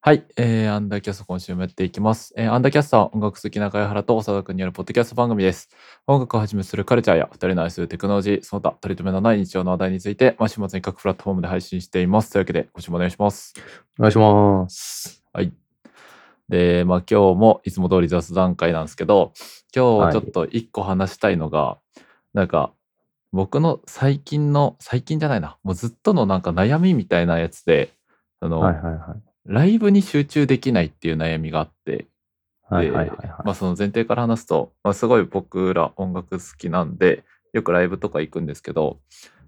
はい、えー、アンダーキャスト今週もやっていきます。えー、アンダーキャストは音楽好きな貝原と長田君によるポッドキャスト番組です。音楽をはじめするカルチャーや二人の愛するテクノロジー、その他取り留めのない日常の話題について、毎週末に各プラットフォームで配信しています。というわけで、今週もお願いします。お願いします。はい。で、まあ今日もいつも通り雑談会なんですけど、今日ちょっと一個話したいのが、はい、なんか僕の最近の、最近じゃないな、もうずっとのなんか悩みみたいなやつで、あの、はいはいはいライブに集中できないっていう悩みがあって、で、まあその前提から話すと、まあ、すごい僕ら音楽好きなんで、よくライブとか行くんですけど、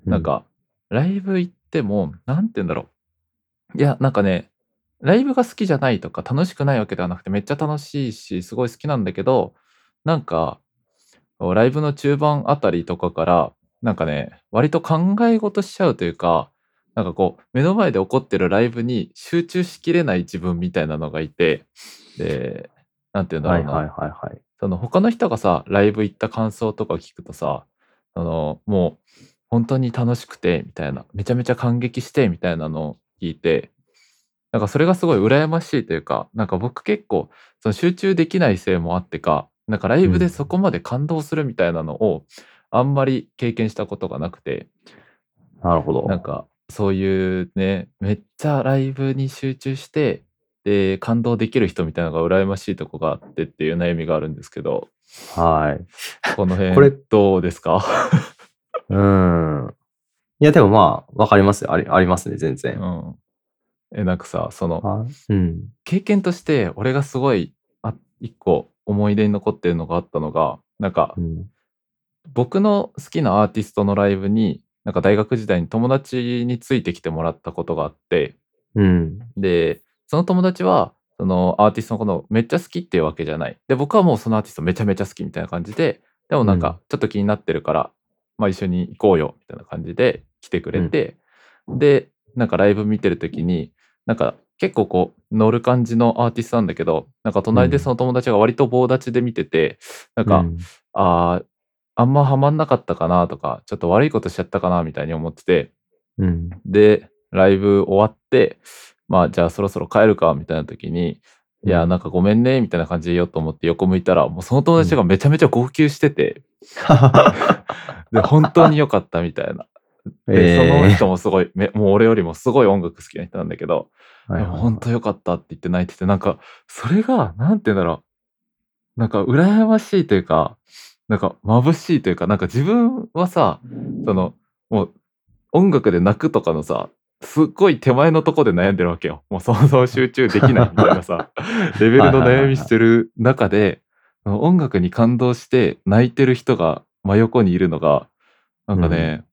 なんか、ライブ行っても、なんて言うんだろう。いや、なんかね、ライブが好きじゃないとか楽しくないわけではなくて、めっちゃ楽しいし、すごい好きなんだけど、なんか、ライブの中盤あたりとかから、なんかね、割と考え事しちゃうというか、なんかこう、目の前で起こってるライブに集中しきれない自分みたいなのがいて、で、なんて言うんだろうな。はいはいはい、はい、その他の人がさ、ライブ行った感想とか聞くとさ、あの、もう、本当に楽しくて、みたいな、めちゃめちゃ感激して、みたいなのを聞いて、なんかそれがすごい羨ましいというか、なんか僕結構、その集中できないせいもあってか、なんかライブでそこまで感動するみたいなのを、あんまり経験したことがなくて、うん、なるほど。なんか、そういうね、めっちゃライブに集中して、で、感動できる人みたいなのが羨ましいとこがあってっていう悩みがあるんですけど。はい。この辺、これどうですか。うん。いや、でもまあ、わかりますよあり。ありますね、全然。うんえ、なんかさ、その、うん、経験として、俺がすごい、あ、一個思い出に残ってるのがあったのが、なんか、うん、僕の好きなアーティストのライブに、なんか大学時代に友達についてきてもらったことがあって、うん、でその友達はそのアーティストのことをめっちゃ好きっていうわけじゃないで僕はもうそのアーティストめちゃめちゃ好きみたいな感じででもなんかちょっと気になってるから、うん、まあ、一緒に行こうよみたいな感じで来てくれて、うん、でなんかライブ見てる時になんか結構こう乗る感じのアーティストなんだけどなんか隣でその友達が割と棒立ちで見てて、うん、なんか、あああんまハマんなかったかなとか、ちょっと悪いことしちゃったかなみたいに思ってて、うん、 で、ライブ終わって、まあじゃあそろそろ帰るかみたいな時に、うん、いや、なんかごめんね、みたいな感じで言おうと思って横向いたら、もうその友達がめちゃめちゃ号泣してて、うん、で、本当に良かったみたい な。で、その人もすごい、えー、もう俺よりもすごい音楽好きな人なんだけど、はいはい、本当良かったって言って泣いてて、なんか、それが、なんて言うんだろう、なんか羨ましいというか、なんか眩しいというか、なんか自分はさ、その、もう音楽で泣くとかのさ、すっごい手前のとこで悩んでるわけよ。もう想像集中できないみたいな さ、レベルの悩みしてる中で、音楽に感動して泣いてる人が真横にいるのが、なんかね、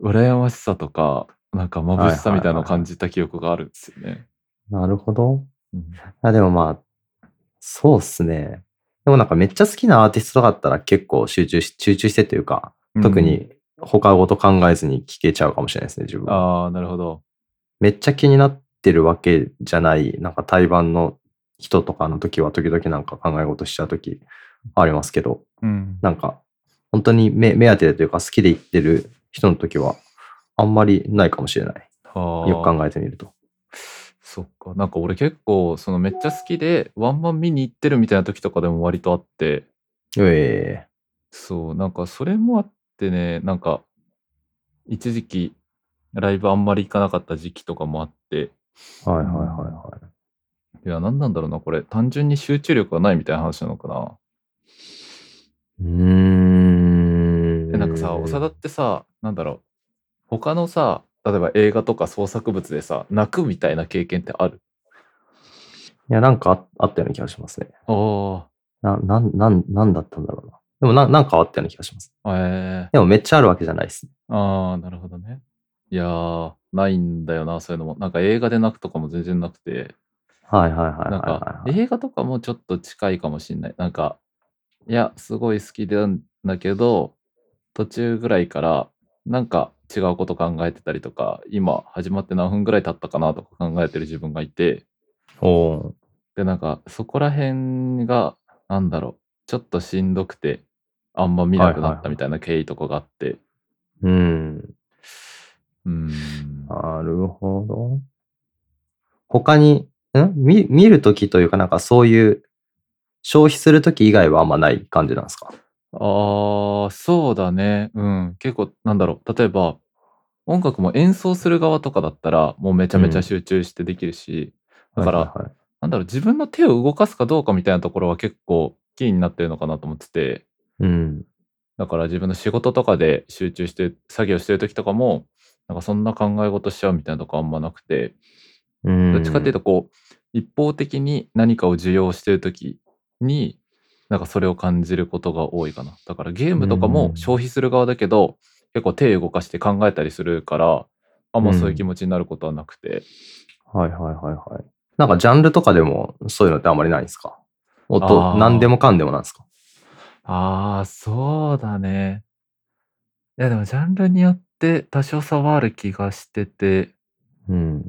うん、羨ましさとか、なんか眩しさみたいなのを感じた記憶があるんですよね。なるほど。うん、あでもまあ、そうっすね。でもなんかめっちゃ好きなアーティストだったら結構集中し、集中してというか、特に他ごと考えずに聞けちゃうかもしれないですね、自分。ああ、なるほど。めっちゃ気になってるわけじゃない、なんか対バンの人とかの時は時々なんか考え事しちゃう時ありますけど、うん、なんか本当に目目当てでというか好きで言ってる人の時はあんまりないかもしれない。よく考えてみると。そっか。なんか俺結構、そのめっちゃ好きで、ワンマン見に行ってるみたいな時とかでも割とあって。ええー、そう、なんかそれもあってね、なんか、一時期、ライブあんまり行かなかった時期とかもあって。。はいはいはいはいいや、何なんだろうな、これ。単純に集中力がないみたいな話なのかな。うーん。なんかさ、長田ってさ、なんだろう。他のさ、例えば映画とか創作物でさ泣くみたいな経験ってあるいやなんかあったような気がしますね。おななななんだったんだろうな。でもななんかあったような気がします。えー、でもめっちゃあるわけじゃないですね。ああなるほどね。いやーないんだよなそういうのも。なんか映画で泣くとかも全然なくて。はいはいはいはい、はい、なんか映画とかもちょっと近いかもしんない。なんかいやすごい好きなんだけど途中ぐらいからなんか違うこと考えてたりとか、今始まって何分ぐらい経ったかなとか考えてる自分がいて、で、なんかそこら辺が、なんだろう、ちょっとしんどくて、あんま見なくなったみたいな経緯とかがあって。うん。うん。なるほど。他にん見見るときというか、なんかそういう、消費するとき以外はあんまない感じなんですかああ、そうだね。うん。結構、なんだろう。例えば、音楽も演奏する側とかだったら、もうめちゃめちうゃん集中してできるし、だから、はいはいはいなんだろう、自分の手を動かすかどうかみたいなところは結構キーになってるのかなと思ってて、うん。だから自分の仕事とかで集中して作業してる時とかも、なんかそんな考え事しちゃうみたいなとこあんまなくて、うん。どっちかっていうとこう、一方的に何かを受容してる時に、なんかそれを感じることが多いかな。だからゲームとかうもん消費する側だけど、結構手動かして考えたりするから、あんまそういう気持ちになることはなくて。はいはいはいはい。なんかジャンルとかでもそういうのってあんまりないんですかあ音、ー何でもかんでもなんですかああ、そうだね。いや、でもジャンルによって多少差はある気がしてて、うん。で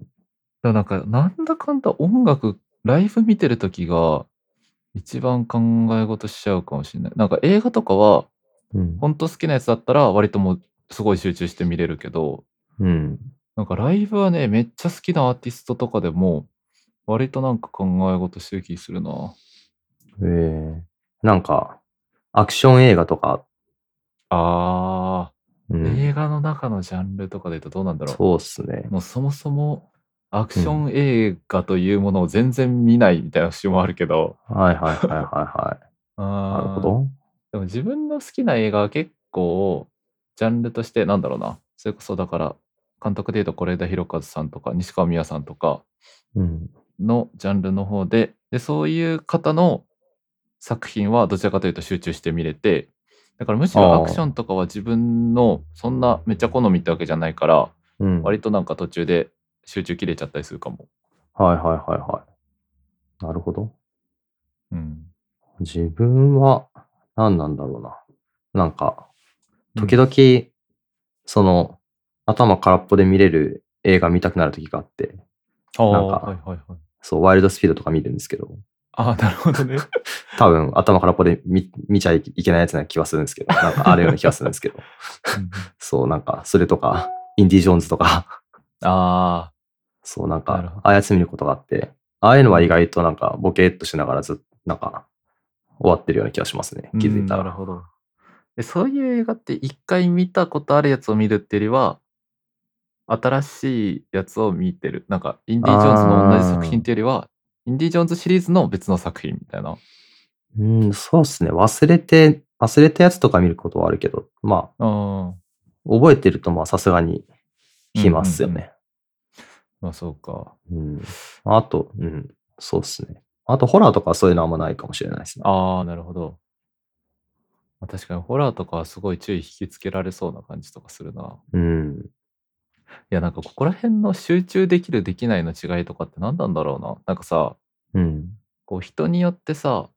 もなんか、なんだかんだ音楽、ライブ見てるときが、一番考え事しちゃうかもしれない。なんか映画とかは、うん。ほんと好きなやつだったら、割ともう、すごい集中して見れるけど、うん。なんかライブはね、めっちゃ好きなアーティストとかでも、割となんか考え事してる気するな。ええなんか、アクション映画とか、あうー、ん映画の中のジャンルとかで言うとどうなんだろう。そうっすね。もうそもそもアクション映画というものを全然見ないみたいな節もあるけど。はいはいはいはい はい。なるあほーど。でも自分の好きな映画は結構、ジャンルとしてなんだろうな。それこそだから、監督で言うと是枝裕和さんとか西川美和さんとかうん。のジャンルの方で、で、そういう方の作品はどちらかというと集中して見れて、だからむしあろーアクションとかは自分のそんなめっちゃ好みってわけじゃないから、うん。はい割となんか途中で集中切れちゃったりするかも。はいはいはい。なるほど。うん。自分は、何なんだろうな。なんか、うん時々、その、頭空っぽで見れる映画見たくなる時があって、ああ、なんかはいはいはい。そう、ワイルドスピードとか見るんですけど、ああ、なるほ どね。多分頭空っぽで見見ちゃいけないやつな気はするんですけど、なんかあるような気はするん ですけど、そう、なんか、それとか、インディ・ジョーンズとか、ああ、そう、なんなるほかど、ああいうやつ見ることがあって、ああいうのは意外となんか、ボケっとしながらずっと、なんか、終わってるような気がしますね。気づいたうんなるら。ほど。でそういう映画って一回見たことあるやつを見るっていうよりは、新しいやつを見てる。なんか、インディ・ジョーンズの同じ作品っていうよりは、インディ・ジョーンズシリーズの別の作品みたいな。うん、そうですね。忘れて、忘れたやつとか見ることはあるけど、まああ、あ、覚えてると、まあ、さすがに、暇っすようんうんね。まあそうか。うん。あと、うん、そうっすね。あと、ホラーとかはそういうのあんまないかもしれないですね。ああ、なるほど。まあ確かにホラーとかはすごい注意引きつけられそうな感じとかするな。うん。いや、なんかここら辺の集中できる、できないの違いとかって何なんだろうな。なんかさ、うん。こう人によってさ、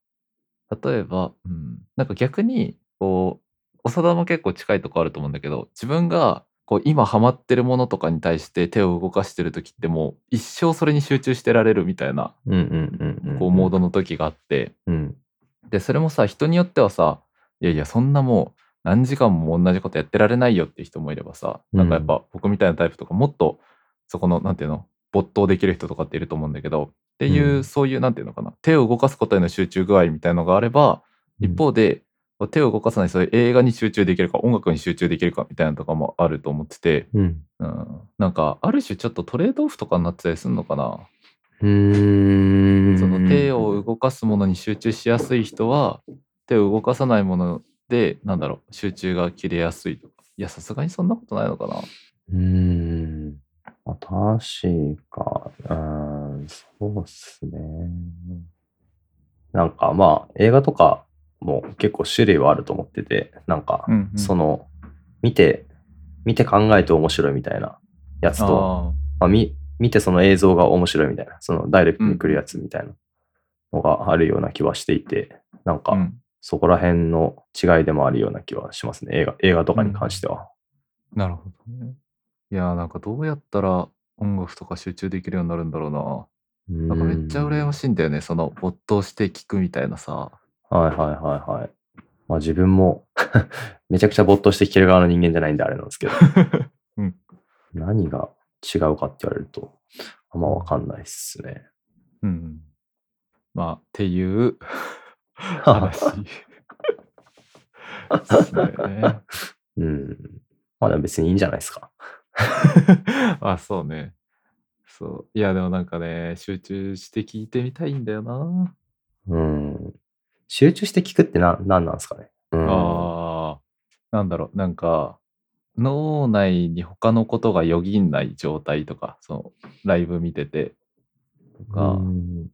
例えば、うん、なんか逆に、こう、長田も結構近いとこあると思うんだけど、自分がこう今ハマってるものとかに対して手を動かしてる時ってもう一生それに集中してられるみたいな、うんうんうんうん。こうモードの時があって、うん。で、それもさ、人によってはさ、いやいや、そんなもう何時間も同じことやってられないよっていう人もいればさ、なんかやっぱ僕みたいなタイプとかもっとそこの、なんていうの、没頭できる人とかっていると思うんだけど、っていう、うんそういう、なんていうのかな、手を動かすことへの集中具合みたいのがあれば、うん一方で、手を動かさない、そういう映画に集中できるか、音楽に集中できるかみたいなのとかもあると思ってて、うん。うん、なんか、ある種ちょっとトレードオフとかになってたりするのかな。うーん。その手を動かすものに集中しやすい人は手を動かさないものでなんだろう集中が切れやすいとかいやさすがにそんなことないのかなうーん。まあ確か、うーん、そうっすね。なんかまあ映画とかも結構種類はあると思ってて、なんかうん、その見て、見て考えて面白いみたいなやつと、あまあ、見見てその映像が面白いみたいな、そのダイレクトに来るやつみたいなのがあるような気はしていて、なんあ、うかんそこら辺の違いでもあるような気はしますね。映画映画とかに関しては。なるほどねいやーなんかどうやったら音楽とか集中できるようになるんだろうななんかめっちゃ羨ましいしいんだよねその没頭して聞くみたいなさ。はいはいはいはい。まあ自分も めちゃくちゃ没頭して聞ける側の人間じゃないんであれなんですけど うん何が違うかって言われると、あんまわかんないっすね。うん。まあ、っていう 話。ですね。 うん。まあでも別にいいんじゃないですか。 あ、そうね。そう。いや、でもなんかね、集中して聞いてみたいんだよな。うん。集中して聞くってな、なんなんですかね。うん。ああ、なんだろう、なんか、脳内に他のことがよぎんない状態とか、そのライブ見てて、とか、うん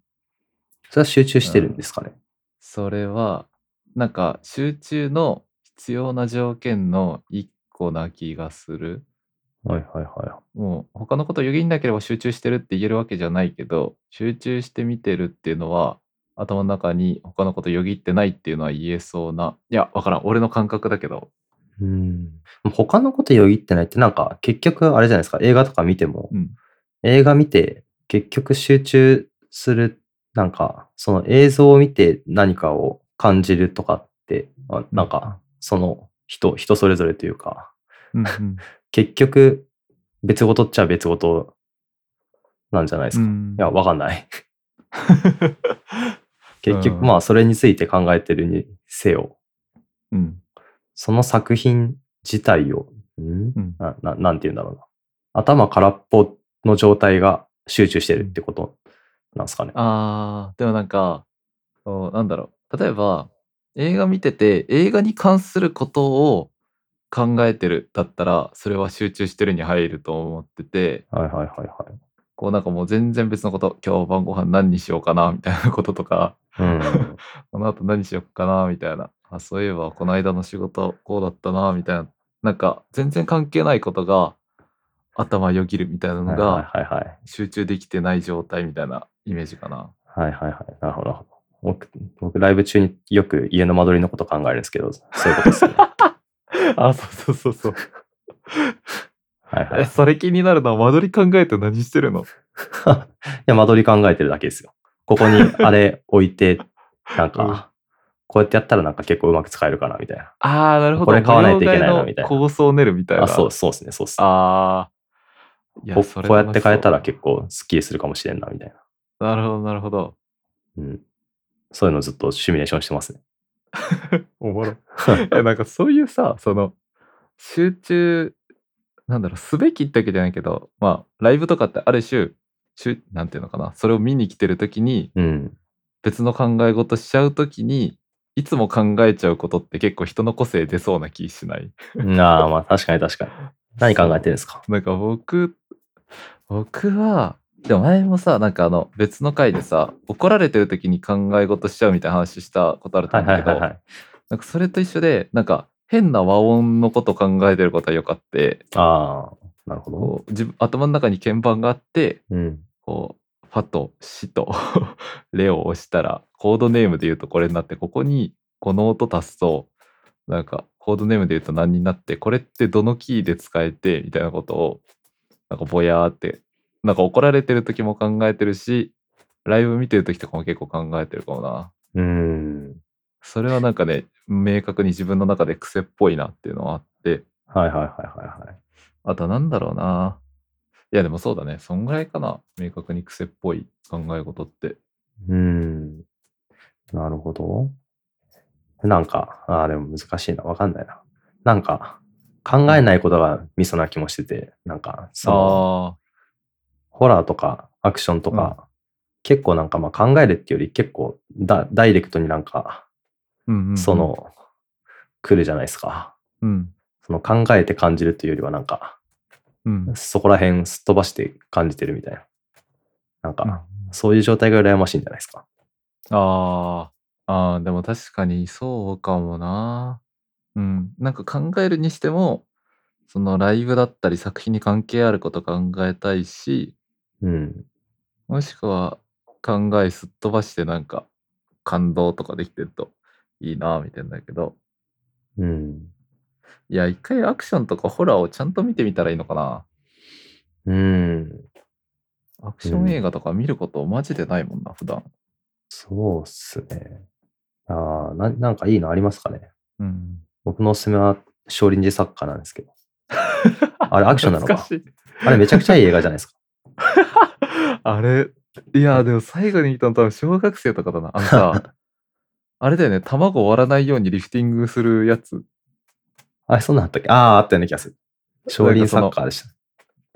それは集中してるんですかね。それは、なんか集中の必要な条件の一個な気がする。はいはいはもう他のことをよぎんなければ集中してるって言えるわけじゃないけど、集中して見てるっていうのは、頭の中に他のことよぎってないっていうのは言えそうな。いや、わからん。俺の感覚だけど。い。うん。他のことよぎってないってなんか結局あれじゃないですか。映画とか見ても、うん。映画見て結局集中する、なんかその映像を見て何かを感じるとかって、あなんかその人、人それぞれというか、うん うん結局別事っちゃ別事なんじゃないですか。うんいや、わかん ない。結局うんまあそれについて考えてるにせよ、うん。その作品自体を、んうんなななんて言うんだろうな。頭空っぽの状態が集中してるってことなんですかね。あー、でもなんか、おなんだろう。例えば、映画見てて、映画に関することを考えてるだったら、それは集中してるに入ると思ってて、はいはいはいこうなんかもう全然別のこと、今日晩ご飯何にしようかな、みたいなこととか、 はい。この後何しよっかな、みたいな。あ、そういえば、この間の仕事、こうだったな、みたいな。なんか、全然関係ないことが、頭よぎるみたいなうん。のはいが、はいはい。集中できてない状態みたいなイメージ かな。はいはいはい。なるほどなるほど。僕、僕ライブ中によく家の間取りのこと考えるんですけど、そういうこと ですね。あ、そうそうそうそう。はい はえ、い。それ気になるな。間取り考えて何してるのいや、間取り考えてるだけですよ。ここにあれ置いて、なんうんか、こうやってやったらなんか結構うまく使えるかなみたいな。 ああ、なるほど。これ買わないといけないな模様替えのみたいな構想を練るみたいな。あ、そう、そうですね、そうですね。あーいやこそれこうやって変えたら楽し結構スッキリするかもしれんな、みたいな。そうなるほど、なるほど。うん。そういうのずっとシミュレーションしてますね。おもろ。えなんかそういうさ、その、集中、なんだろう、すべきってわけじゃないけど、まあ、ライブとかってある種、集なんていうのかな、それを見に来てるときに、 うん。別の考え事しちゃうときに、いつも考えちゃうことって結構人の個性出そうな気しない。 ああ、まあ確かに確かに。何考えてるんですかなんか僕、僕は、でも前もさ、なんかあの別の回でさ、怒られてる時に考え事しちゃうみたいな話したことあるとはい思うんだはけいど、はいはい。なんかそれと一緒で、なんか変な和音のこと考えてることはよかって、ああ、なるほど。こう自分頭の中に鍵盤があって、うん。こう、ファとシとレを押したら、コードネームで言うとこれになって、ここにこの音足すと、なんかコードネームで言うと何になって、これってどのキーで使えて、みたいなことを、なんかぼやーって、なんか怒られてる時も考えてるし、ライブ見てる時とかも結構考えてるかもな。うん。それはなんかね、明確に自分の中で癖っぽいなっていうのはあって、はいはいはいはいはい。あとはなんだろうな。いやでもそうだね、そんぐらいかな。明確に癖っぽい考え事って。うん。なるほど。なんか、ああ、でも難しいな。わかんないな。なんか、考えないことがミソな気もしてて、なんか、その、あホラーとかアクションとか、結構なんかまあ考えるっていうより結構ダダイレクトになんか、あ、うんうんうんそ、の、来るじゃないですか。うんその考えて感じるというよりはなんか、うん、そこら辺すっ飛ばして感じてるみたいな。なんか、そういう状態が羨ましいんじゃないですか。あーあー、でも確かにそうかもな。うん、なんか考えるにしても、そのライブだったり作品に関係あること考えたいし、うん。もしくは考えすっ飛ばしてなんか感動とかできてるといいなみたいなんだけど、うん。いや、一回アクションとかホラーをちゃんと見てみたらいいのかな。うん。アクショうんン映画とか見ることマジでないもんな、普段。そうっすね。ああ、ななんかいいのありますかね。うん。僕のおすすめは少林寺作家なんです けど。あれアクションなのか懐しい。あれめちゃくちゃいい映画じゃないですか。あれ、いやー、でも最後に来たの多分小学生とかだな。あのさ、あれだよね、卵割らないようにリフティングするやつ。あれ、そんなんあったっけああ、あったような気がする。少林サッカーでした。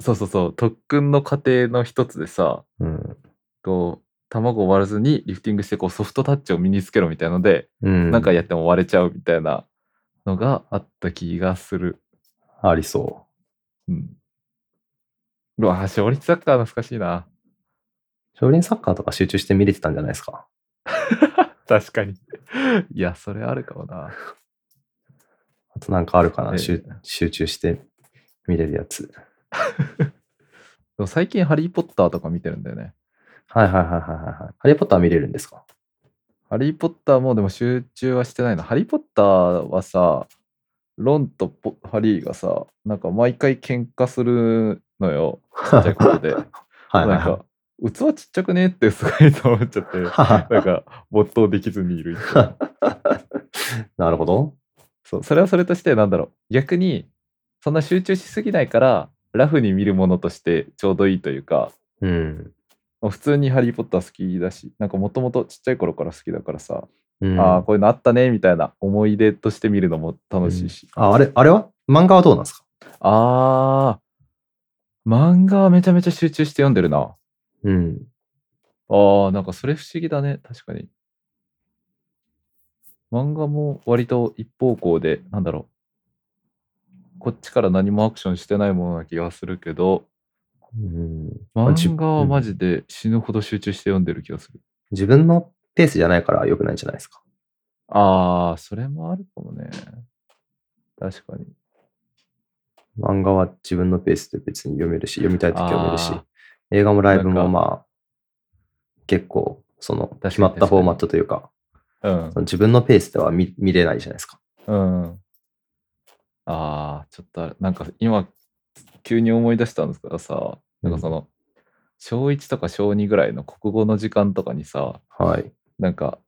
そうそうそう、特訓の過程の一つでさ、うん。こう、卵を割らずにリフティングして、こう、ソフトタッチを身につけろみたいので、うん。なんかやっても割れちゃうみたいなのがあった気がする。ありそうん。うわ、勝率サッカー懐かしいな。う。少林サッカーとか集中して見れてたんじゃないですか。確かに。 いや、それあるかもな。あとなんかあるかな、ええ集集中して見れるやつ。でも最近、ハリー・ポッターとか見てるんだよね。はいはいはいはいはいはい。ハリーポッター見れるんですかハリー・ポッターもでも集中はしてないな。ハリー・ポッターはさ、ロンとポハリーがさ、なんか毎回喧嘩するの よ。ちっちゃいことで。はいはいなんはか、器ちっちゃくねってすごいと思っち ゃって、い。なんか、没頭できずにいる。なるほど。そう、それはそれとして、なんだろう。逆に、そんな集中しすぎないから、ラフに見るものとしてちょうどいいというか、うん。普通にハリー・ポッター好きだし、なんかもともとちっちゃい頃から好きだからさ、うんああ、こういうのあったね、みたいな思い出として見るのも楽しいし。ああれ、あれは漫画はどうなんですかああ、漫画はめちゃめちゃ集中して読んでるな。うん。ああ、なんかそれ不思議だね、確かに。漫画も割と一方向で、なんだろう。こっちから何もアクションしてないものな気がするけど、うんじ漫画はマジで死ぬほど集中して読んでる気がする。自分のペースじゃないから良くないんじゃないですか。ああ、それもあるかもね。確かに。漫画は自分のペースで別に読めるし、読みたい時読めるしあー、映画もライブなんもかまあ、結構、その、かに決まったフォーマットというか、うんそ。の自分のペースでは見見れないじゃないですか。うん。ああ、ちょっとあれ、なんか今、急に思い出したんですけどさ、なんかその、小1とか小2ぐらいの国語の時間とかにさ、はい。なんか、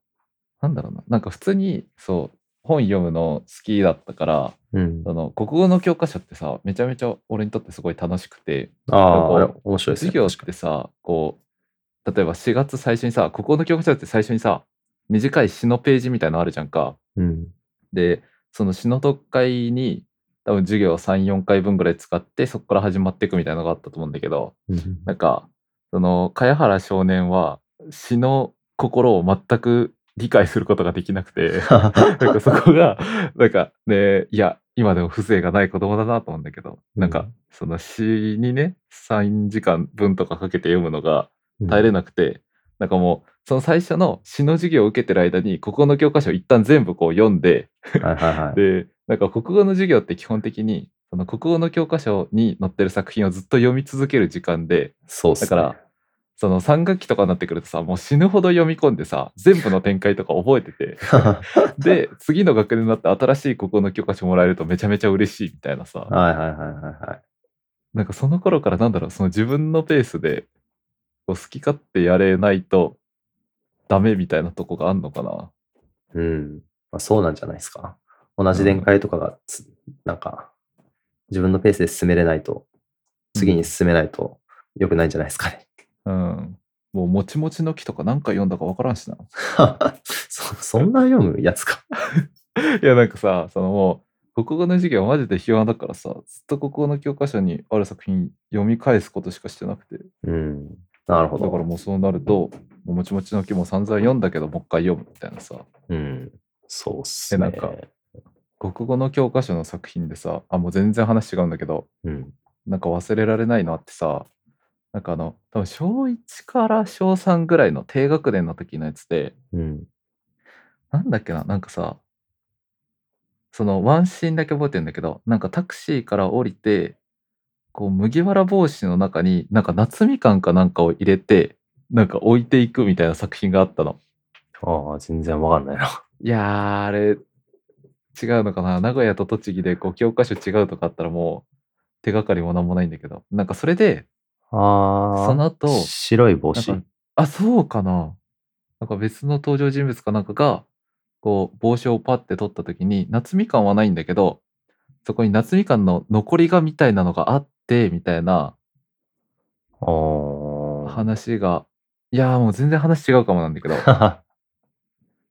なんだろうな、なんか普通に、そう、本読むの好きだったから、うんそ。の国語の教科書ってさ、めちゃめちゃ俺にとってすごい楽しくて、ああ、あなんれか面白いですね。授業ってさ、こう、例えば4月最初にさ、国語の教科書って最初にさ、短い詩のページみたいのあるじゃんか。うん。で、その詩の読解に、多分授業を3、4回分ぐらい使って、そこから始まっていくみたいなのがあったと思うんだけど、うんなんか、その、茅原少年は詩の心を全く理解することができなくて、 なんかそこが、なんかね、いや、今でも風情がない子供だなと思うんだけど、なんうかん、その詩にね、3時間分とかかけて読むのが耐えれなくて、なんかもう、その最初の詩の授業を受けてる間に、ここの教科書を一旦全部こう読んで、はいはいはい。でなんか国語の授業って基本的にその国語の教科書に載ってる作品をずっと読み続ける時間でそうっすだね。からその3学期とかになってくるとさもう死ぬほど読み込んでさ全部の展開とか覚えてて で次の学年になって新しい国語の教科書もらえるとめちゃめちゃ嬉しいみたいなさはいはいはいはいはい。なんかその頃からなんだろうその自分のペースでこう好き勝手やれないとダメみたいなとこがあんのかなうん。まあ、そうなんじゃないですか。同じ展開とかがつ、なんか、自分のペースで進めれないと、次に進めないと良くないんじゃないですかね。うんもうもちもちの木とか何回読んだか分からん しな そそんな読むやつか。いやなんかさそのもう国語の授業はマジで暇だからさずっと国語の教科書にある作品読み返すことしかしてなくてうん。なるほだど。からもうそうなると「もうもちもちの木」も散々読んだけどもう一回読むみたいなさうん。そうっすね。えなんか国語の教科書の作品でさあもう全然話違うんだけどうん。なんか忘れられないのあってさなんかあの多分小1から小3ぐらいの低学年の時のやつでうん。なんだっけな、なんかさ、そのワンシーンだけ覚えてんだけど、なんかタクシーから降りて、こう麦わら帽子の中に、なんか夏みかんかなんかを入れて、なんか置いていくみたいな作品があったの。ああ、全然わかんないな。いやー、あれ、違うのかな。名古屋と栃木でこう教科書違うとかあったらもう手がかりもなんもないんだけど、なんかそれで、ああ。その後、白い帽子。なんかあ、そうかな。なんか別の登場人物かなんかが、こう、帽子をパッて取った時に、夏みかんはないんだけど、そこに夏みかんの残りがみたいなのがあって、みたいなああ。話がいやーもう全然話違うかもなんだけどは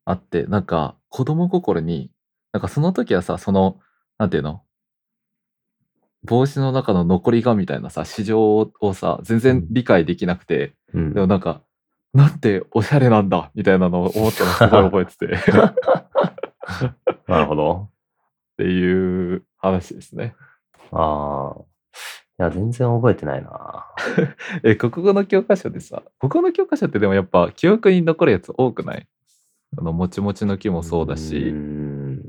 あってなんか子供心になんかその時はさそのなんていうの帽子の中の残りがみたいなさ市場をさ全然理解できなくて、 うんでもなんかなんておしゃれなんだみたいなのを思ったのすごい覚え ててっなるほど。ていう話ですね。ああ。いや、全然覚えてないな。え国語の教科書でさ国語の教科書ってでもやっぱ記憶に残るやつ多くないあのもちもちの木もそうだし、ーん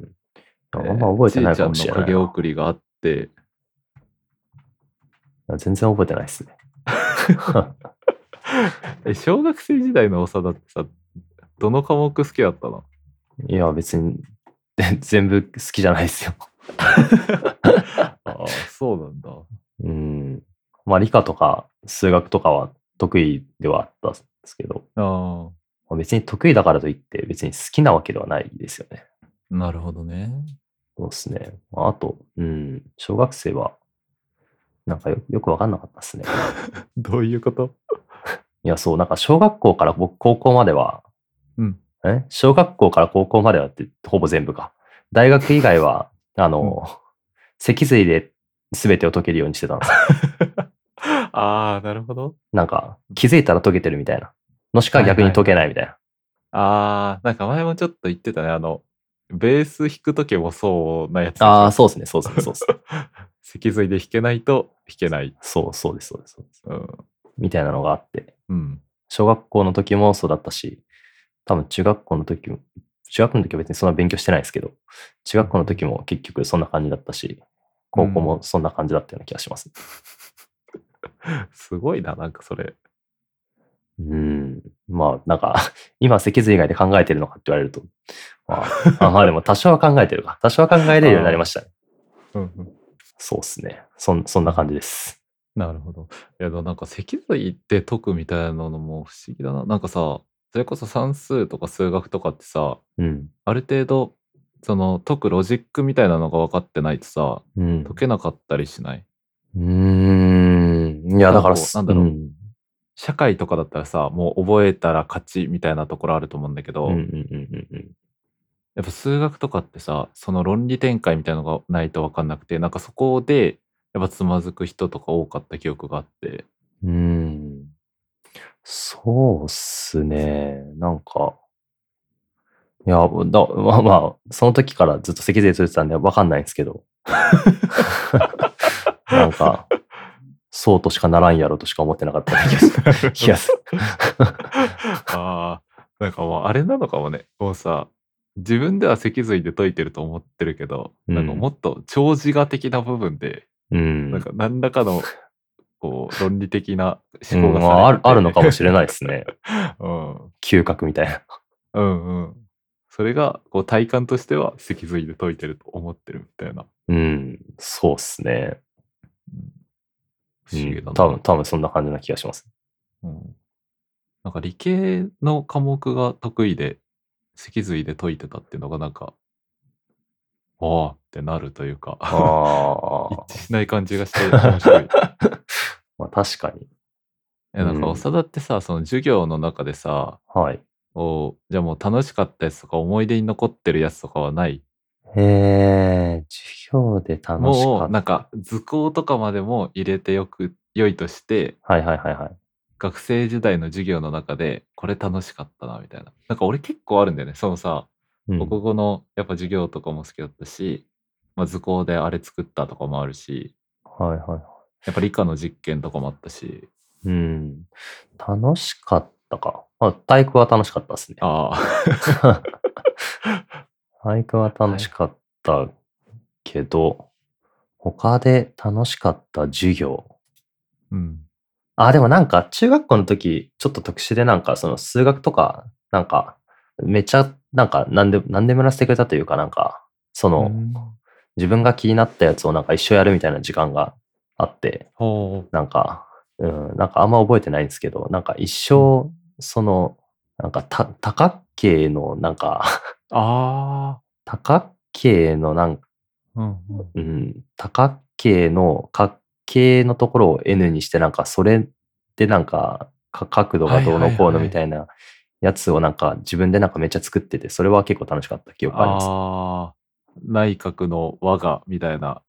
あんま覚えてないかもしれないえーな。ちいちゃんの影送りがあって、全然覚えてないです ね。え小学生時代の長田ってさ、どの科目好きだったのいや、別に、で全部好きじゃないですよ。ああ、そうなんだ。うん。まあ、理科とか数学とかは得意ではあったんですけど、あまあ別に得意だからといって、別に好きなわけではないですよね。あ、なるほどね。そうですね。まああと、うん、小学生は、なんかよよくわかんなかったですね。どういうこといや、そう、なんか小学校から僕、高校までは、うん。え小学校から高校まではって、ほぼ全部か。大学以外は、あの、脊髄で全てを解けるようにしてたんですよ。ああ、なるほど。なんか、気づいたら解けてるみたいな。のしか逆に解けないみたいな。ああ、なんか前もちょっと言ってたね。あの、ベース弾くときもそうなやつ。ああ、そうですね、そうですね、そうです ね。脊髄で弾けないと弾けない。そう、そうです、そうです。そうですうん。みたいなのがあって、うん。小学校の時もそうだったし、多分中学校の時も、中学校の時は別にそんな勉強してないですけど、中学校の時も結局そんな感じだったし、高校もそんな感じだったような気がします。すごいな、なんかそれ。うん。まあ、なんか、 今、脊髄以外で考えてるのかって言われると、まあ、あまあでも多少は考えてるか。多少は考えれるようになりましたね。うん。そうですね。そん、そんな感じです。なるほど。いや、でもなんか脊髄って解くみたいなのも不思議だな。なんかさ、それこそ算数とか数学とかってさ、うん。ある程度、その解くロジックみたいなのが分かってないとさ、うん。解けなかったりしない。うーん。いや、だからなんかこ、うなんだろうん社会とかだったらさ、もう覚えたら勝ちみたいなところあると思うんだけど、うんうんうんうんうん。やっぱ数学とかってさ、その論理展開みたいなのがないと分かんなくて、なんかそこで、やっぱつまずく人とか多かった記憶が あって。うーん。そうっすね。なんか。いや、だまあまあ、その時からずっと脊髄ついてたんでわかんないんですけど。なんか、そうとしかならんやろとしか思ってなかった気がする。気がする。 ああ、なんかもうあれなのかもね。もうさ、自分では脊髄で解いてると思ってるけど、うんなんかもっと長寿画的な部分で、うん。なんか何らかの、こう、論理的なう思ん考がされてて、まあ、あるあるのかもしれないですね。 うん。嗅覚みたいな。うんうん。それが、こう、体感としては脊髄で解いてると思ってるみたいな。うん。そうっすね。不思議だな。うん多分、多分そんな感じな気がします。うんなんか理系の科目が得意で、脊髄で解いてたっていうのがなんか、ああってなるというか。ああ。 一致しない感じがして面 白い。まあ確かに。えなんかうん長田ってさその授業の中でさはい。おじゃあもう楽しかったやつとか思い出に残ってるやつとかはないえー、授業で楽しかもっうた。なんか図工とかまでも入れてよく良いとしてはいはいはいはい。学生時代の授業の中でこれ楽しかったなみたいななんか俺結構あるんだよねそのさうん国語のやっぱ授業とかも好きだったし、まあ、図工であれ作ったとかもあるしはいはいはやっぱ理科の実験とかもあったしい。うん。楽しかったか。まあ、体育は楽しかったですね。ああ 体育は楽しかったけど、他で楽しかった授業。 うんあ、でもなんか中学校の時、ちょっと特殊でなんかその数学とか、なんか、めちゃ、なんか何で、何でもやらせてくれたというかなんか、その、うん自分が気になったやつをなんか一生やるみたいな時間があって、ほうなんか、うん、なんかあんま覚えてないんですけど、なんか一生、その、なんかた、多角形の、なんか、 あ多角形の、なんか、あうんうんうん、多角形の角形のところを N にして、なんかそれでなんか、か角度がどうのこうのみたいなやつをなんか自分でなんかめっちゃ作ってて、それは結構楽しかった記憶があります。あー内閣の我がみたいな。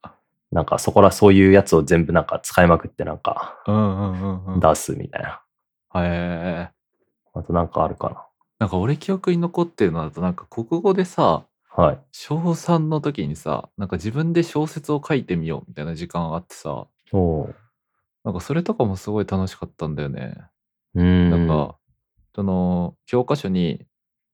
なんかそこらそういうやつを全部なんか使いまくってなんかうんうんうんうん。出すみたいな。へえ。あとなんかあるかなんか俺記憶に残ってるのだと、なんか国語でさ、な。はい。小3の時にさ、なんか自分で小説を書いてみようみたいな時間があってさ、おう。なんかそれとかもすごい楽しかったんだよね。うーん。なんか、その、教科書に、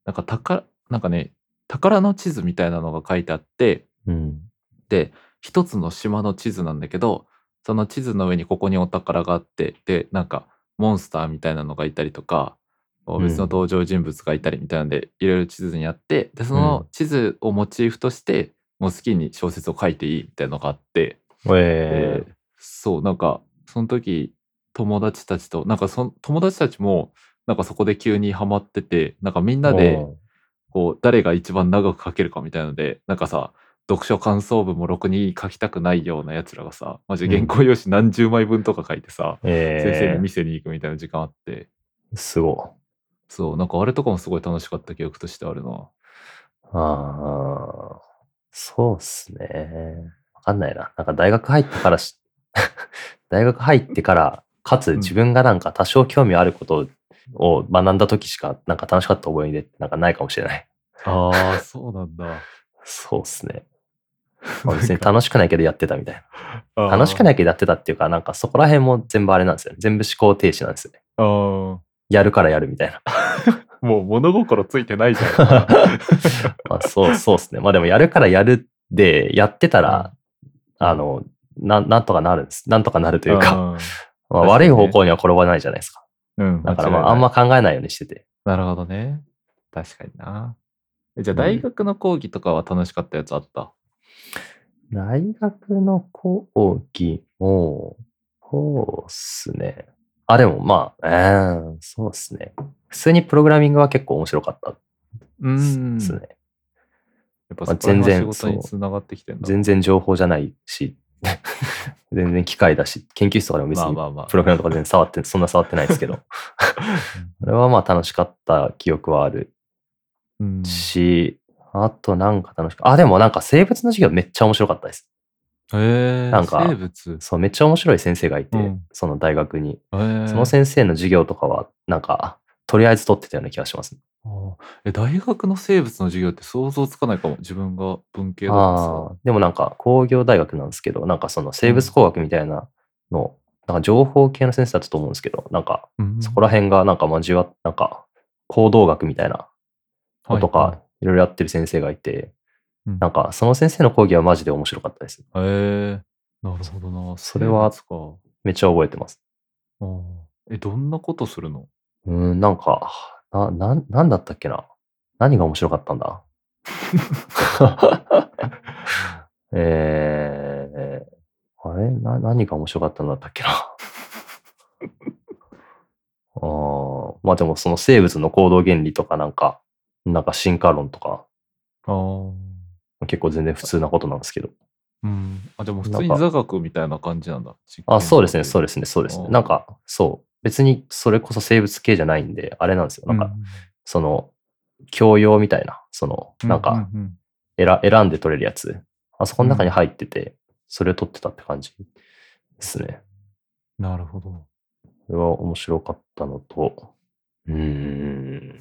なんか宝、なんかね、宝の地図みたいなのが書いてあって、うん。で、一つの島の地図なんだけど、その地図の上にここにお宝があって、で、なんか、モンスターみたいなのがいたりとか、こううん別の登場人物がいたりみたいなんで、いろいろ地図にあって、で、そうの地図をモチーフとして、もう好きに小説を書いていいみたいなのがあって、えでそう、なんか、その時、友達たちと、なんかその、友達たちも、なんかそこで急にハマってて、なんかみんーなで、おうこう、誰が一番長く書けるかみたいので、なんかさ、読書感想文もろくに書きたくないようなやつらがさ、マジで原稿用紙何十枚分とか書いてさ、先生えにー、店に行くみたいな時間あって、すごい。そう、なんかあれとかもすごい楽しかった記憶としてあるな。ああ、そうっすね。わかんないな。なんか大学入ってからし、 大学入ってから、かつん自分がなんか多少興味あることを学んだ時しか、なんか楽しかった思い出ってなんかないかもしれない。ああ、そうなん だ。そうっすね。まあ別に楽しくないけどやってたみたいな。楽しくいないけどやってたっていうか、なんかそこら辺も全部あれなんですよね。全部思考停止なんですよね。あーやるからやるみたいな。 もう物心ついてないじゃまあ、そう、そうですね。まあでも、やるからやるで、やってたら、あの、なん、なんとかなるんです。なんとかなるん。というか、あー。まあ、確か悪にいね方向には転ばないじゃないですか。うん。だからま間あ、違いないあんま考えないようにしてて。なるほどね。確かにな。えじゃあうん大学の講義とかは楽しかったやつあった、大学の講義も、そうっすね。あ、でもまあ、えーそうっすね。普通にプログラミングは結構面白かったっうんすね。やっぱまあそこら全辺は然仕事にそうつながってきてんだ。全然情報じゃない し、全然機械だし、研究室とかでも別まあにまあまあ。プログラムとか全然触って、そんな触ってないですけ ど。それはまあ楽しかった記憶はあるうんし、あとなんか楽しかあ、でもなんか生物の授業めっちゃ面白かったです。へえなんか生物。そう、めっちゃ面白い先生がいて、うんその大学に。へえその先生の授業とかは、なんか、とりあえず取ってたような気がします。あーえ大学の生物の授業って想像つかないかも。自分が文系だったああさ。でもなんか工業大学なんですけど、なんかその生物工学みたいなの、なんか情報系の先生だったと思うんですけど、なんかうんそこら辺がなんか交わっなんか行動学みたいなはこいとはかいろいろやってる先生がいて、うんなんかその先生の講義はマジで面白かったです。いへえなるほどな。それは生物かめっちゃ覚えてます。あーえ、どんなことするのうーん、なんか、な、なん、なんだったっけな。何が面白かったん だえー、あれな、何が面白かったんだったっけな。 あーまあでもその生物の行動原理とかなんか、なんか進化論とか、あー結構全然普通なことなんですけど。うん。あ、でも普な通んにか座学みたいな感じなんだ。あ、そうですね、そうれ。ですね、そうですねあ。ーなんか、そう。別にそれこそ生物系じゃないんで、あれなんですよ。なんか、うんその、教養みたいな、その、なんうか、ううん選選んで取れるやつ。あそこの中に入ってて、それを取ってたって感じですね。なるほど。それは面白かったのと、うーん。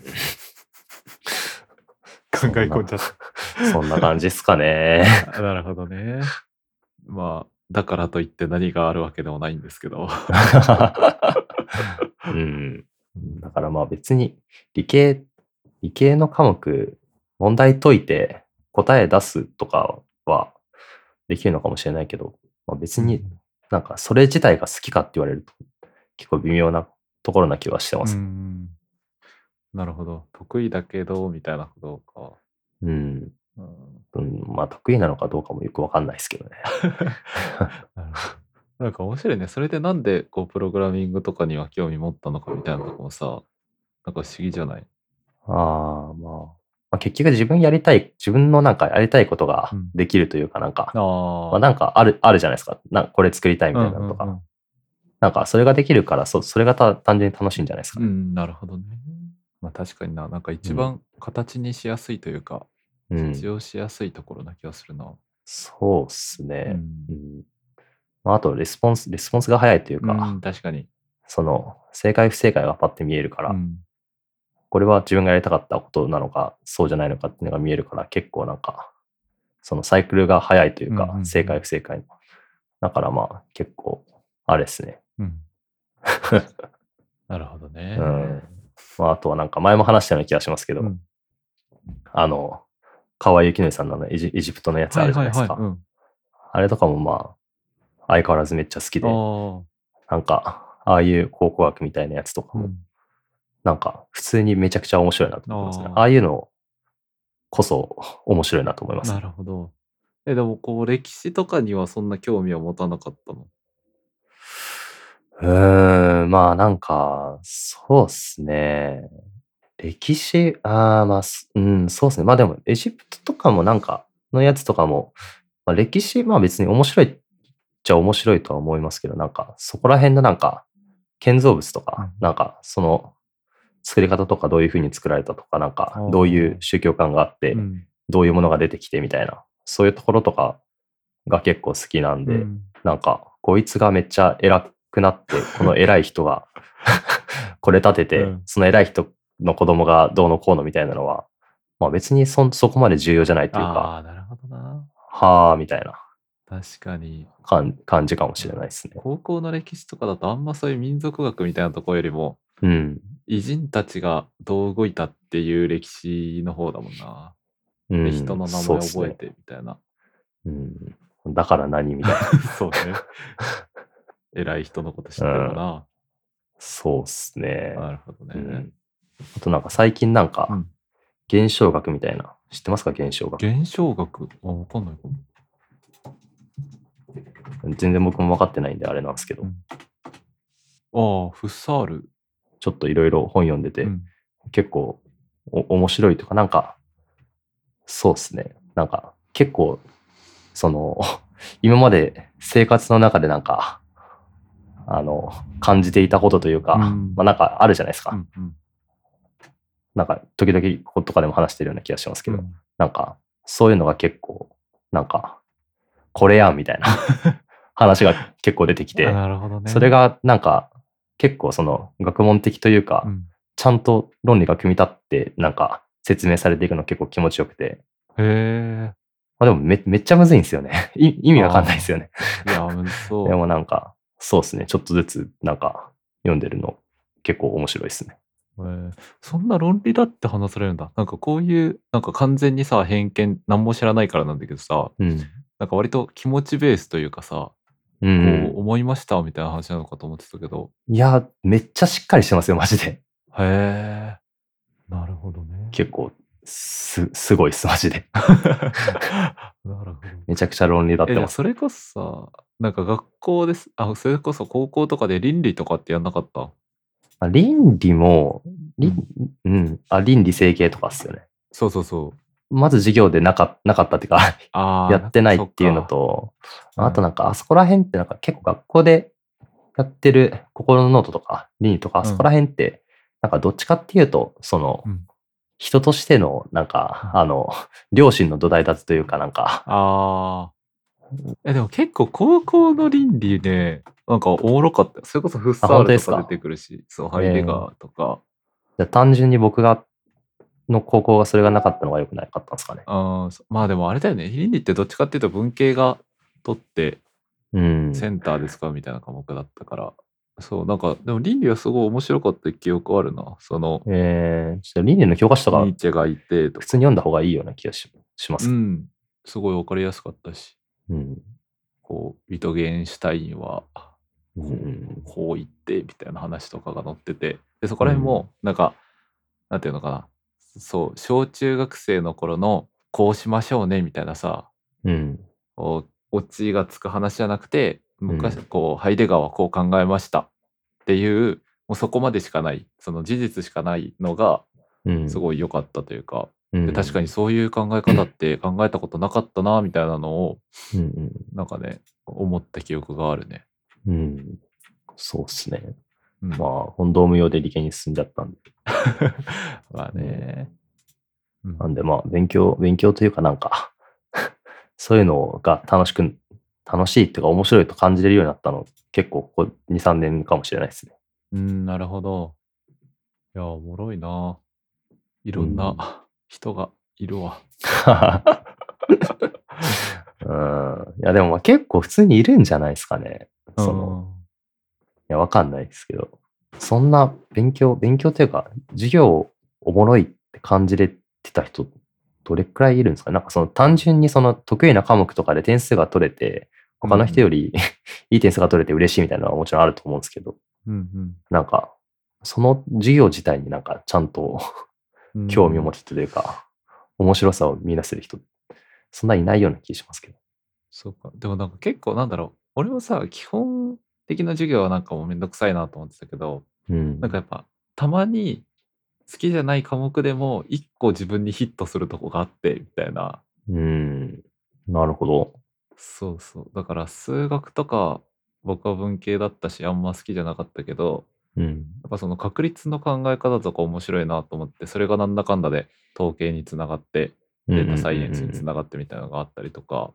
考え込んじじゃゃっそんな感じですかね。た。なるほどね。 まあ、だからといって何があるわけでもないんですけ ど。うん。だからまあ別に理系、理系の科目、問題解いて答え出すとかはできるのかもしれないけど、まあ、別になんかそれ自体が好きかって言われると結構微妙なところな気はしてまうす。ん。なるほど。得意だけど、みたいなことうん。か。ううん、 んまあ得意なのかどうかもよくわかんないですけ どね。なるほどなんか面白いね。それでなんで、こう、プログラミングとかには興味持ったのかみたいなとこもさ、なんか不思議じゃない。ああ、まあ。まあ、結局自分やりたい、自分のなんかやりたいことがうんできるというかなんか、あまあ、なんかある、あるじゃないですか。なんかこれ作りたいみたいなのとか。うんうんうんなんかそれができるから、そそれがた単純に楽しいんじゃないですか。うん、なるほどね。まあ確かにな、なんか一番形にしやすいというか、うん活用しやすいところな気がするな。そうっすうね。んうんまあ、あと、レスポンス、レスポンスが早いというか、うん確かに。その、正解不正解がパッて見えるから、うんこれは自分がやりたかったことなのか、そうじゃないのかっていうのが見えるから、結構なんか、そのサイクルが早いというか、うんうんうん正解不正解の。だからまあ、結構、あれですね。うん、 なるほどね。うんまあ、あとはなんか前も話したような気がしますけど、うんあの、河合幸則さんのあのエジエジプトのやつあるじゃないですか。うんあれとかもまあ、相変わらずめっちゃ好きで、あなんか、ああいう考古学みたいなやつとかあ、うも、んなんか、普通にめちゃくちゃ面白いなと思いますね。あーああいうのこそ面白いなと思いますな。るほど。え、でもこう、歴史とかにはそんな興味は持たなかったの。うーん、まあなんか、そうっすね。歴史、ああ、まあ、すうん、そうっすね。まあでも、エジプトとかもなんか、のやつとかも、まあ、歴史、まあ別に面白いっちゃ面白いとは思いますけど、なんか、そこら辺のなんか、建造物とか、なんか、その、作り方とかどういうふうに作られたとか、なんかあー、どういう宗教観があって、ん、どういうものが出てきてみたいな、そういうところとかが結構好きなんで、うんなんか、こいつがめっちゃ偉くな って、この偉い人がこれ立てて、うんその偉い人の子供がどうのこうのみたいなのは、まあ別にそんそこまで重要じゃないというあか、あ、なるほどな。はあ、みたいな確かに。感感じかもしれないですね。高校の歴史とかだと、あんまそういう民族学みたいなところよりも、うん。偉人たちがどう動いたっていう歴史の方だもんな。うん、で人の名そう前っすね覚えてみたいな。うん。だから何みたい な。そうね。偉い人のこと知ってるかな。そうっすね。なるほどね。うん、あとなんか最近なんうかん、現象学みたいな、知ってますか現象学。現象学あ、わかんないかも。全然僕も分かってないんであれなんですけど、うんああ、フッサール。ちょっといろいろ本読んでて、うん結構お面白いとか、なんか、そうですね。なんか、結構、その、 今まで生活の中でなんか、あの、感じていたことというか、うんまあなんかあるじゃないですか。うんうんなんか、時々こことかでも話してるような気がしますけど、うんなんか、そういうのが結構、なんか、これやんみ たいな話が結構出てきて、あなるほどね。それ、がなんか結構その学問的というか、うん、ちゃんと論理が組み立ってなんか説明されていくの結構気持ちよくて、へまあ、でもめめっちゃむずいんですよね い意味わかんないですよねえ。いや、むずそで う。もなんかそうですねちょっとずつなんか読んでるの結構面白いですねへえそんな論理だって話されるんだ。なんかこういう、なんか完全にさ、偏見、何も知らないからなんだけどさ、うんなんか割と気持ちベースというかさ、うんこう、思いましたみたいな話なのかと思ってたけど。いやめっちゃしっかりしてますよマジでへえ。なるほどね。結構すすごいっすマジで なるほど。めちゃくちゃ論理だっえてじゃあますそれこそさ、なんか学校です。あ、それこそ高校とかで倫理とかってやんなかったまあ倫理も倫,、うん、あ倫理整形とかっすよねそうそうそう。まず授業でなかなかったっていうか、あ あ。やってないっていうのと、うんあとなんか、あそこら辺ってなんか結構学校でやってる心のノートとか、倫理とか、うあんそこら辺って、なんかどっちかっていうと、そのうん、人としての、なんか、うんあの、両親の土台立つというか、なんか、ああ。え、でも結構高校の倫理ね、なんかおもろかったよ。それこそフッサあー本当ルでとすかか出てくるし、そう、ハイデガーとか。じゃあ単純に僕が、の高校がそれがなかったのが良くなかったんですかね。あーそまあでもあれだよね、倫理ってどっちかっていうと文系が取ってうん。センターで使うみたいな科目だったから。そう、なんか、でも倫理はすごい面白かった記憶あるな。その、えー、ちょっと倫理の教科書とか、ニーチェがいてと普か。通に読んだ方がいいような気がししまうす。ん。すごいわかりやすかったし、うん。こう、ビトゲンシュタインはうん。こう言ってみたいな話とかが載っててでそこら辺もなんか、なんていうのかなそう小中学生の頃のこうしましょうねみたいなさうん。おオチがつく話じゃなくて昔、うんこうハイデガーはこう考えましたっていうもうそこまでしかないその事実しかないのがうん。すごい良かったというか、うんで確かにそういう考え方って考えたことなかったなみたいなのをうんうんなんかね思った記憶があるね。うん、そうっすね。うんまあ、本ドーム用で理系に進んじゃったんで。まあね。うんなんでまあ、勉強、勉強というかなんか、 そういうのが楽しく、楽しいっていうか面白いと感じれるようになったの、結構ここ2、3年かもしれないですね。 うん、なるほど。いや、おもろいな。いろんうんな 人がいるわ。うん。いや、でもまあ結構普通にいるんじゃないですかね。その、いや、わかんないですけど。そんな勉強、勉強というか、授業おもろいって感じれてた人、どれくらいいるんですかなんかその単純にその得意な科目とかで点数が取れて、他の人より いい点数が取れて嬉しいみたいなのはもちろんあると思うんですけど、うんうんなんか、その授業自体になんかちゃんとうん興味を持つというか、面白さを見出せる人、そんないないような気がしますけど。そうか。でもなんか結構なんだろう。俺もさ、基本的な授業はなんかもうめんどくさいなと思ってたけど、うん。なんかやっぱたまに好きじゃない科目でも一個自分にヒットするとこがあって、みたいな。うん。なるほど。そうそう。だから数学とか僕は文系だったし、あんま好きじゃなかったけど、うん。やっぱその確率の考え方とか面白いなと思って、それがなんだかんだで統計につながって、データサイエンスにつながってみたいなのがあったりとか、うんうんうん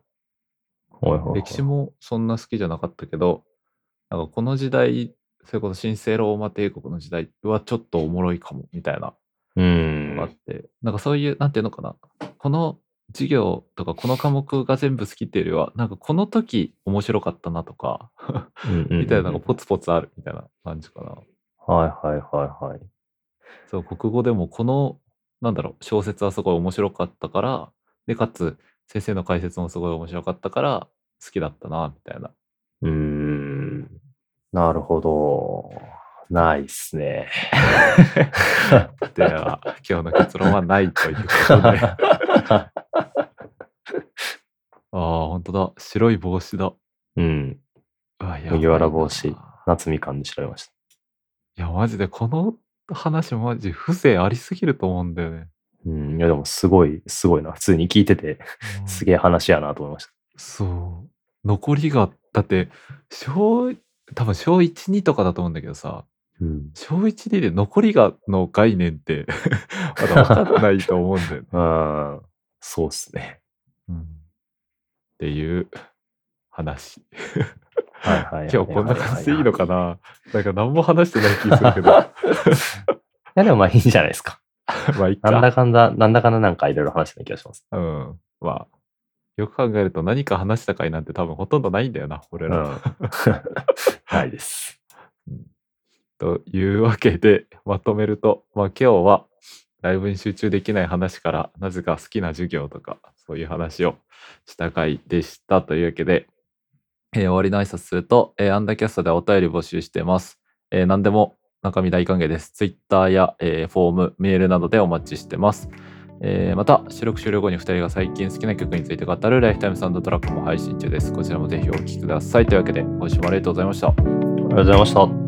うんはいはいはい歴史もそんな好きじゃなかったけど、なんかこの時代、それこそ神聖ローマ帝国の時代はちょっとおもろいかもみたいなうのがあっん。て、なんかそういう、なんていうのかな、この授業とかこの科目が全部好きっていうよりは、なんかこの時面白かったなとか、みたいなのがポツポツあるみたいな感じかな。はいはいはいはい。そう、国語でもこの、なんだろう、小説はすごい面白かったから、で、かつ、先生の解説もすごい面白かったから、好きだったな、みたいな。うーん。なるほど。ないっすね。 では、今日の結論はないということ で。ああ、本当だ。白い帽子だ。うん。うわ麦わら帽子やばいな夏みかんで調べましいや、マジで、この話、マジ、風情ありすぎると思うんだ よね。た。うん。いや、でもすごい、すごいな。普通に聞いてて、すげえ話やなと思いましそう。残りが、だって、小、多分小1、2とかだと思うんだけどさ、た。うん。小1、2で残りがの概念って、 まだ分かんないと思うん だよね。うん。そうっすね。っていう話。はいはいはい。今日こんな感じでいいのかいななんか何も話してない気するけど。や、でもまあいいんじゃないですか。 まあ、いっなんだか。かんだ、なんだかんだなんかいろいろ話した気がします。うん。まあ、よく考えると何か話した回なんて多分ほとんどないんだよな、俺うん。 ら。ないです。というわけで、まとめると、まあ今日はライブに集中できない話から、なぜか好きな授業とか、そういう話をした回でしたというわけで、えー終わりの挨拶すると、えーアンダーキャストではお便り募集してます。えー何でも中身大歓迎です。Twitter や、えーフォーム、メールなどでお待ちしてます。えーまた、収録終了後に2人が最近好きな曲について語るライフタイムサウンドトラックも配信中です。こちらもぜひお聴きください。というわけで、今週もありがとうございました。ありがとうございました。